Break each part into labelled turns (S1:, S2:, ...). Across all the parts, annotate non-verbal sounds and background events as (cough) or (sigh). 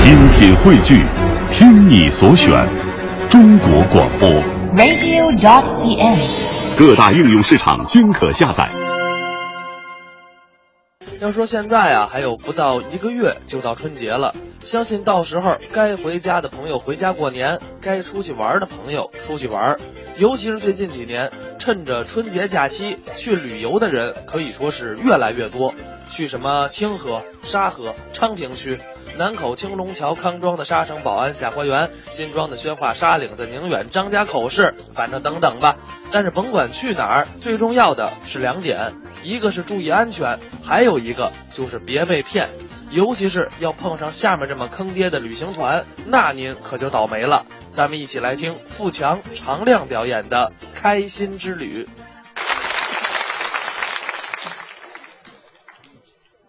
S1: 精品汇聚，听你所选，中国广播。
S2: radio.cn。
S1: 各大应用市场均可下载。
S3: 要说现在啊，还有不到一个月就到春节了，相信到时候该回家的朋友回家过年，该出去玩的朋友出去玩。尤其是最近几年，趁着春节假期去旅游的人可以说是越来越多。去什么清河、沙河、昌平区、南口青龙桥、康庄的沙城、宝安下花园、新庄的宣化沙岭子、宁远张家口市，反正等等吧。但是甭管去哪儿，最重要的是两点，一个是注意安全，还有一个就是别被骗。尤其是要碰上下面这么坑爹的旅行团，那您可就倒霉了。咱们一起来听富强、常亮表演的《开心之旅》。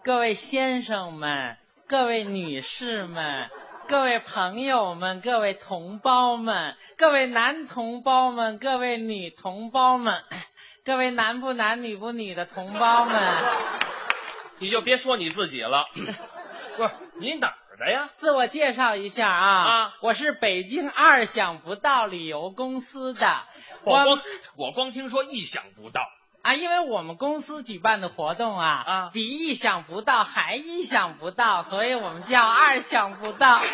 S4: 各位先生们，各位女士们，各位朋友们，各位同胞们，各位男同胞们，各位女同胞们， (laughs) 各位男不男女不女的同胞们，
S3: (laughs) 你就别说你自己
S4: (laughs)
S3: 了，不是你哪儿的呀？
S4: 自我介绍一下啊，
S3: 啊
S4: 我是北京二想不到旅游公司的，
S5: 我
S4: 我
S5: 光我光听说意想不到，
S4: 啊，因为我们公司举办的活动啊，
S5: 啊
S4: 比意想不到还意想不到，所以我们叫二想不到。
S5: (laughs)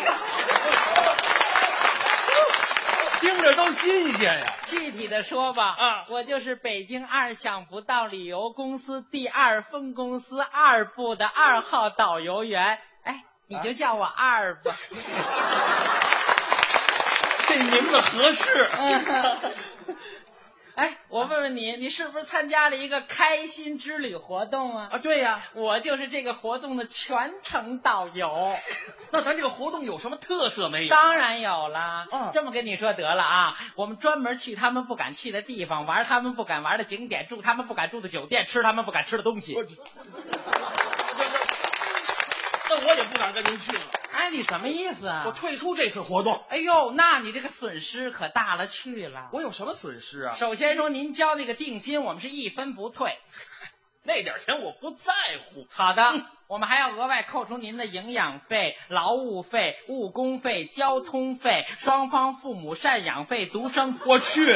S5: 听着都新鲜呀！
S4: 具体的说吧，
S5: 啊
S4: 我就是北京二想不到旅游公司第二分公司二部的二号导游员。哎，你就叫我二吧。
S5: (laughs) 这名字合
S4: (laughs)
S5: 适。
S4: 嗯哎，我问问你，你是不是参加了一个开心之旅活动啊？
S5: 啊，对呀，
S4: 我就是这个活动的全程导游。
S5: 那咱这个活动有什么特色没有？
S4: 当然有啦，
S5: 嗯
S4: 这么跟你说得了啊，我们专门去他们不敢去的地方，玩他们不敢玩的景点，住他们不敢住的酒店，吃他们不敢吃的东西。
S5: 那我也不敢跟您去了，
S4: 哎，你什么意思啊
S5: 我？退出这次活动。
S4: 哎呦，那你这个损失可大了去了。
S5: 我有什么损失啊？
S4: 首先说，您交那个定金，我们是一分不退。
S5: 那点钱我不在乎。
S4: 好的，
S5: 嗯
S4: 我们还要额外扣除您的营养费、劳务费、误工费、交通费、双方父母赡养费、独生。
S5: 我去，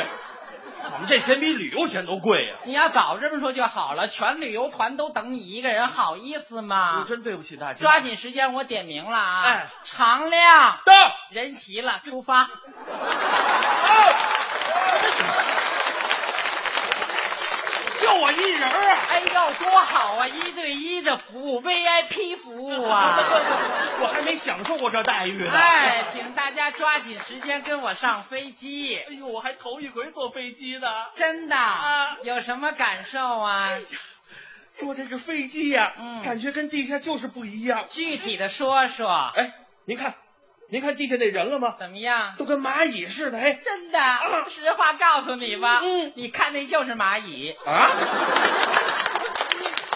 S5: 我们这钱比旅游钱都贵啊呀！
S4: 你要早这么说就好了，全旅游团都等你一个人，好意思吗
S5: 我？真对不起大家。
S4: 抓紧时间，我点名了啊！
S5: 哎
S4: 常亮，
S5: 到！
S4: 人齐了，出发。
S5: 就我一人儿啊！
S4: 哎呦，多好啊！一对一的服务，VIP 服务
S5: (laughs)
S4: 啊！
S5: 我还没享受过这待遇呢。
S4: 哎，请大家抓紧时间跟我上飞机。
S5: 哎呦，我还头一回坐飞机呢。
S4: 真的，
S5: 啊
S4: 有什么感受啊？
S5: 坐这个飞机呀、
S4: 嗯
S5: 感觉跟地下就是不一样。
S4: 具体的说说，
S5: 哎，您看，您看地下那人了吗？
S4: 怎么样？
S5: 都跟蚂蚁似的。哎，
S4: 真的，实话告诉你吧，
S5: 嗯
S4: 你看那就是蚂蚁，
S5: 啊！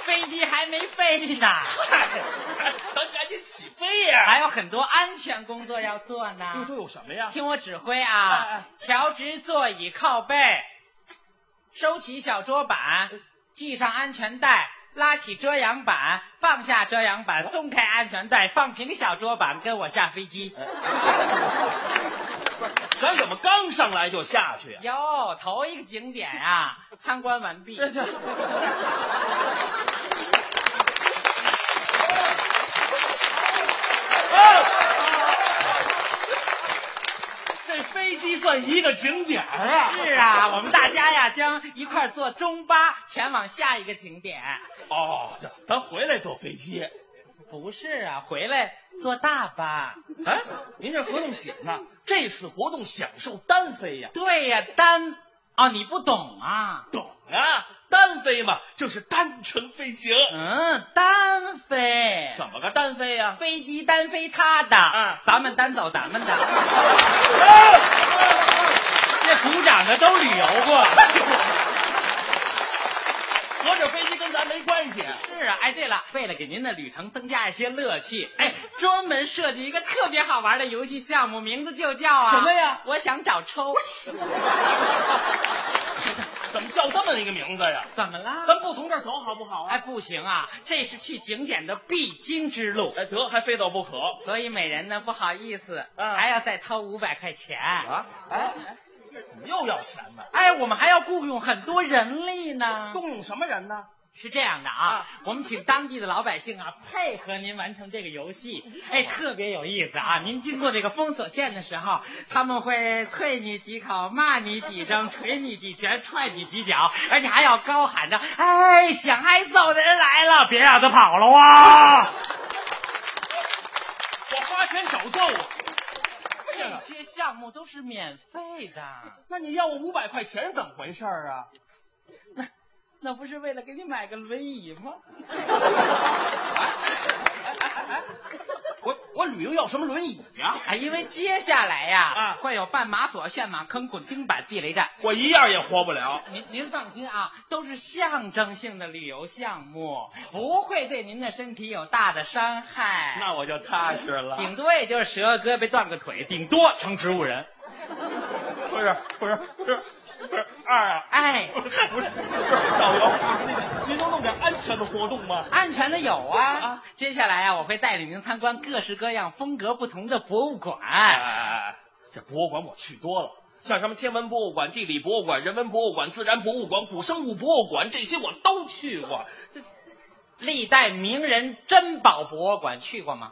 S4: 飞机还没飞呢，
S5: (laughs) 咱赶紧起飞呀、
S4: 还有很多安全工作要做
S5: 又
S4: 呢。
S5: 都有什么呀？
S4: 听我指挥
S5: 哎
S4: 嗯啊
S5: 哎，
S4: 调直座椅靠背，收起小桌板，系上安全带，拉起遮阳板，放下遮阳板，松开安全带，放平小桌板，跟我下飞机。
S5: 咱怎么刚上来就下去呀、
S4: 哟，头一个景点啊，参观完毕。
S5: (laughs) 这 (laughs) 这飞机算一个景点儿啊！
S4: 是 (laughs) 啊，我们大家呀将一块儿坐中巴前往下一个景点。
S5: 哦，咱回来坐飞机。
S4: 不是啊，回来坐大巴。
S5: 哎，您这合同写呢？这次活动享受单飞呀、
S4: 对呀、单哦，你不懂啊。
S5: 懂啊？单飞嘛，就是单程飞行。
S4: 嗯，单飞，
S5: 怎么个单飞啊呀、
S4: 飞机单飞他的，
S5: 嗯
S4: 咱们单走咱们的。
S5: 这鼓掌的都旅游过， (laughs) 合着飞机跟咱没关系。
S4: 是啊，哎，对了，为了给您的旅程增加一些乐趣，哎，专门设计一个特别好玩的游戏项目，名字就叫啊
S5: 什么呀？
S4: 我想找抽。
S5: 怎么叫这么一个名字呀？
S4: (laughs) 怎么啦？
S5: 咱不从这儿走好不好
S4: 哎，
S5: 啊？
S4: 不行啊，这是去景点的必经之路，
S5: 哎，得还非走不可
S4: 所以每人呢不好意思，
S5: 嗯
S4: 还要再掏五百块钱。
S5: 啊！哎，怎么又要钱呢？
S4: 哎，我们还要雇佣很多人力呢。
S5: 动用什么人呢？
S4: 是这样的啊，
S5: 啊
S4: 我们请当地的老百姓啊配合您完成这个游戏，哎，特别有意思啊！您经过这个封锁线的时候，他们会啐你几口，骂你 (laughs) 几声，捶你几拳，踹你几脚，而且还要高喊着：“哎，想挨揍的人来了，别让他跑了啊！”
S5: 我花钱找揍啊！这
S4: 这
S5: 个，
S4: 些项目都是免费的，
S5: 那你要我五百块钱怎么回事儿啊？
S4: 那不是为了给你买个轮椅 (laughs) 吗？
S5: (laughs) 我我旅游要什么轮椅呀、
S4: 啊，因为接下来呀，
S5: 啊
S4: 会有绊马索、陷马坑、滚钉板、地雷战。
S5: 我一样也活不了。
S4: 您您放心啊，都是象征性的旅游项目，不会对您的身体有大的伤害。
S5: 那我就踏实了。
S4: 顶多也就是折个胳膊、断个腿，顶多成植物人。
S5: 不是不是不是不是二啊！
S4: 哎，
S5: 不是不是不是导游，那个您能弄点安全的活动吗？
S4: 安全的有啊。
S5: 啊
S4: 接下来啊，我会带领您参观各式各样、风格不同的博物馆。
S5: 哎哎哎，这博物馆我去多了，像什么天文博物馆、地理博物馆、人文博物馆、自然博物馆、古生物博物馆，这些我都去过。
S4: 历代名人珍宝博物馆去过吗？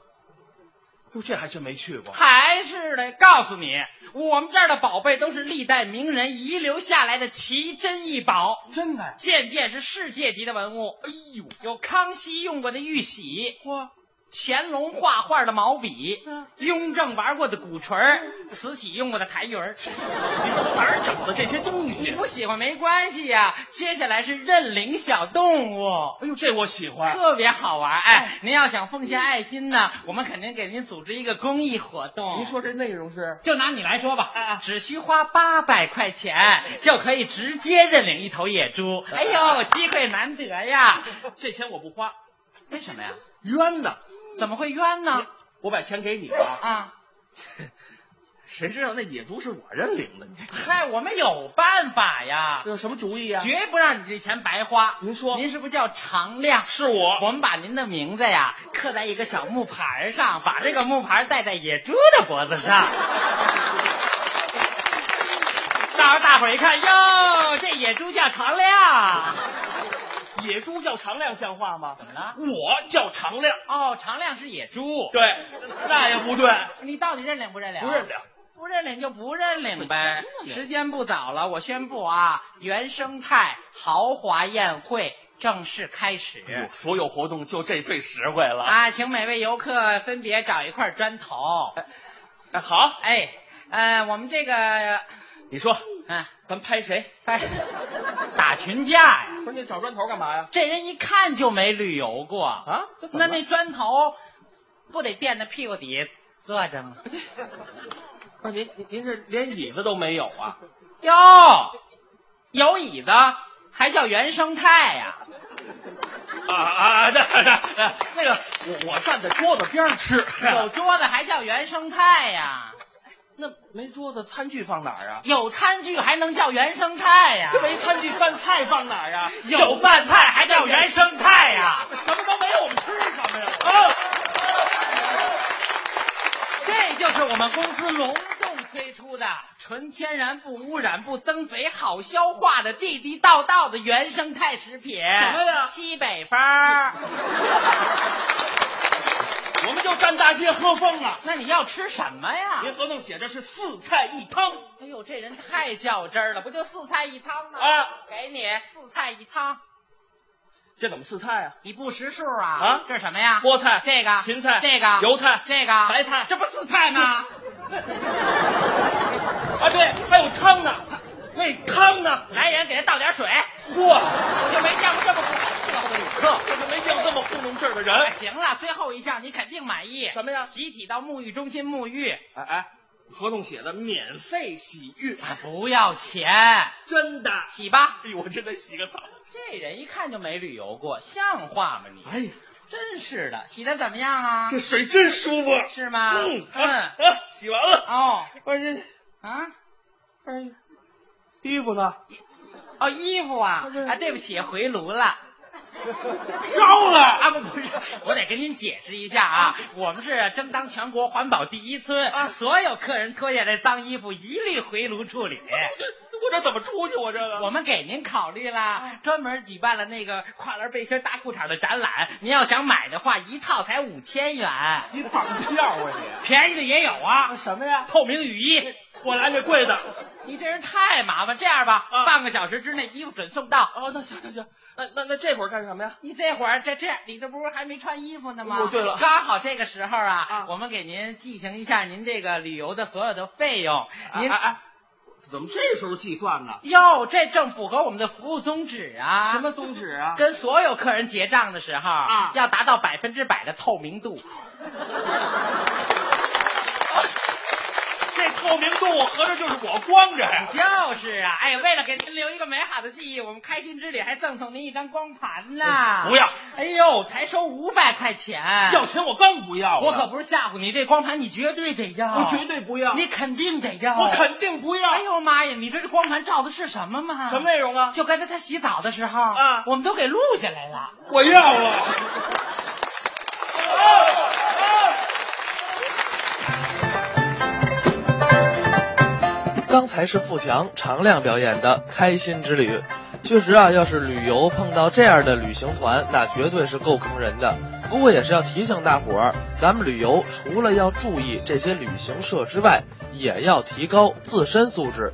S5: 哟，这还真没去过。
S4: 还是得告诉你，我们这儿的宝贝都是历代名人遗留下来的奇珍异宝，
S5: 真的？哎
S4: 件件是世界级的文物。
S5: 哎呦，
S4: 有康熙用过的玉玺，
S5: 嚯！
S4: 乾隆画画的毛笔
S5: 嗯，
S4: 雍正玩过的鼓槌儿，慈禧用过的台鱼儿。
S5: 你都哪儿整的这些东西？
S4: 不喜欢没关系呀、接下来是认领小动物。
S5: 哎呦，这我喜欢。
S4: 特别好玩儿，
S5: 嗯
S4: 哎，您要想奉献爱心呢，我们肯定给您组织一个公益活动。
S5: 您说这啊内容是？
S4: 就拿你来说吧，只需花八百块
S5: (laughs)
S4: 钱就可以直接认领一头野猪。
S5: 啊
S4: 哎呦，机会难得呀！
S5: 这钱我不花，
S4: 为什么呀？
S5: 冤的。
S4: 怎么会冤呢？
S5: 我把钱给你了，
S4: 啊，
S5: 谁知道那野猪是我认领的？你
S4: 嗨，我们有办法呀，
S5: 有什么主意啊？
S4: 绝不让你这钱白花。
S5: 您说
S4: 您是不是叫常亮？
S5: 是我，
S4: 我们把您的名字呀刻在一个小木牌儿上，把这个木牌儿戴在野猪的脖子上。到时候大伙儿一看，哟，这野猪叫常亮。
S5: 野猪叫常亮，像话吗？
S4: 怎么了？
S5: 我叫常亮，
S4: 哦，常亮是野猪。
S5: 对，那也不对，
S4: 你到底认领不认领？
S5: 不认。了。
S4: 不认领就不认领呗
S5: 不。行啊
S4: 时间不早了，我宣布啊，原生态豪华宴会正式开始。
S5: 哎呦所有活动就这最实惠了。
S4: 啊，请每位游客分别找一块砖头。
S5: 哎好，
S4: 哎，呃，我们这个，
S5: 你说
S4: 嗯、
S5: 咱拍谁？
S4: 哎，打群架呀、
S5: 不是你找砖头干嘛呀？
S4: 这人一看就没旅游过啊。
S5: 啊，
S4: 那那砖头不得垫在屁股底啊下坐着吗？
S5: 不是您您您是连椅子都没有啊？
S4: 哟，有椅子还叫原生态 (laughs) 呀、
S5: 啊啊，那那那个我我站在桌子边上吃，
S4: 有桌子还叫原生态呀、
S5: 那没桌子，餐具放哪儿啊？
S4: 有餐具还能叫原生态呀、
S5: 没餐具，饭菜放哪儿啊？
S4: 有饭菜还叫原生态呀、
S5: 什么都没有，我们吃什么呀？
S4: 啊，这就是我们公司隆重推出的纯天然、不污染、不增肥、好消化的地地道道的原生态食品。什
S5: 么呀
S4: 西北风儿。
S5: 我们就站大街喝风啊！
S4: 那你要吃什么呀？
S5: 您合同写着是四菜一汤，
S4: 哎呦，这人太较真儿了，不就四菜一汤吗？
S5: 啊，
S4: 给你四菜一汤，
S5: 这怎么四菜啊？
S4: 你不识数啊？
S5: 啊
S4: 这是什么呀？
S5: 菠菜、
S4: 这个
S5: 芹菜、
S4: 这个
S5: 油菜、
S4: 这个
S5: 白菜，
S4: 这不四菜
S5: (laughs)
S4: 吗？
S5: 啊，对，还有汤呢，那汤呢？
S4: 来人，给他倒点水。
S5: 嚯，
S4: 我就没见过这么不含社会的
S5: 我就没见过这么糊弄事儿的
S4: 哎
S5: 人。
S4: 行了，最后一项你肯定满意。
S5: 什么呀？
S4: 集体到沐浴中心沐浴，
S5: 哎哎，合同写的免费洗浴，
S4: 哎不要钱，
S5: 真的。
S4: 洗吧。
S5: 哎呦，我真得洗个澡。
S4: 这人一看就没旅游过，像话吗你？
S5: 哎呀，
S4: 真是的，洗的怎么样啊
S5: 这？水真舒服。
S4: 是吗？
S5: 嗯
S4: 嗯
S5: 啊，啊洗完了。
S4: 哦
S5: 哎呀，
S4: 啊，
S5: 哎呀，衣服呢？
S4: 哦，衣服啊，啊，对不起，回炉了。
S5: 烧了。
S4: 啊不不是，我得跟您解释一下啊，我们是争当全国环保第一村，
S5: 啊
S4: 所有客人脱下来脏衣服一律回炉处理。
S5: 我这怎么出去？啊我这个啊
S4: 我们给您考虑啦，专门举办了那个跨栏背心大裤衩的展览，您要想买的话，一套才五千元，
S5: 你绑票啊
S4: 便宜的也有啊
S5: 你？，什么呀？
S4: 透明雨衣。
S5: 我来这贵的。
S4: 你这人太麻烦，这样吧，
S5: 啊
S4: 半个小时之内衣服准送到。
S5: 哦，那行那行，那那那这会儿干什么呀？
S4: 你这会儿这这，你这不是还没穿衣服呢吗？
S5: 哦对了
S4: 刚好这个时候啊，
S5: 啊
S4: 我们给您记行一下您这个旅游的所有的费用。您
S5: 哎哎，怎么这时候计算呢？
S4: 哟，这正符合我们的服务宗旨啊！
S5: 什么宗旨啊？
S4: 跟所有客人结账的时候
S5: 啊
S4: 要达到百分之百的透明度。
S5: 这透明度，我合着就是我光着呀。
S4: 就是啊，哎，为了给您留一个美好的记忆，我们开心之旅还赠送您一张光盘呢。
S5: 不要，
S4: 哎呦，才收五百块钱，
S5: 要钱我更不要了。
S4: 我可不是吓唬你，这光盘你绝对得要，
S5: 我绝对不要，
S4: 你肯定得要，
S5: 我。肯定不要。啊
S4: 哎呦妈呀，你这光盘照的是什么吗？
S5: 什么？内容啊？
S4: 就刚才他洗澡的时候
S5: 啊
S4: 我们都给录下来了。
S5: 我要啊了。
S3: 刚才是富强常亮表演的《开心之旅》。确实啊，要是旅游碰到这样的旅行团，那绝对是够坑人的。不过也是要提醒大伙儿，咱们旅游除了要注意这些旅行社之外，也要提高自身素质。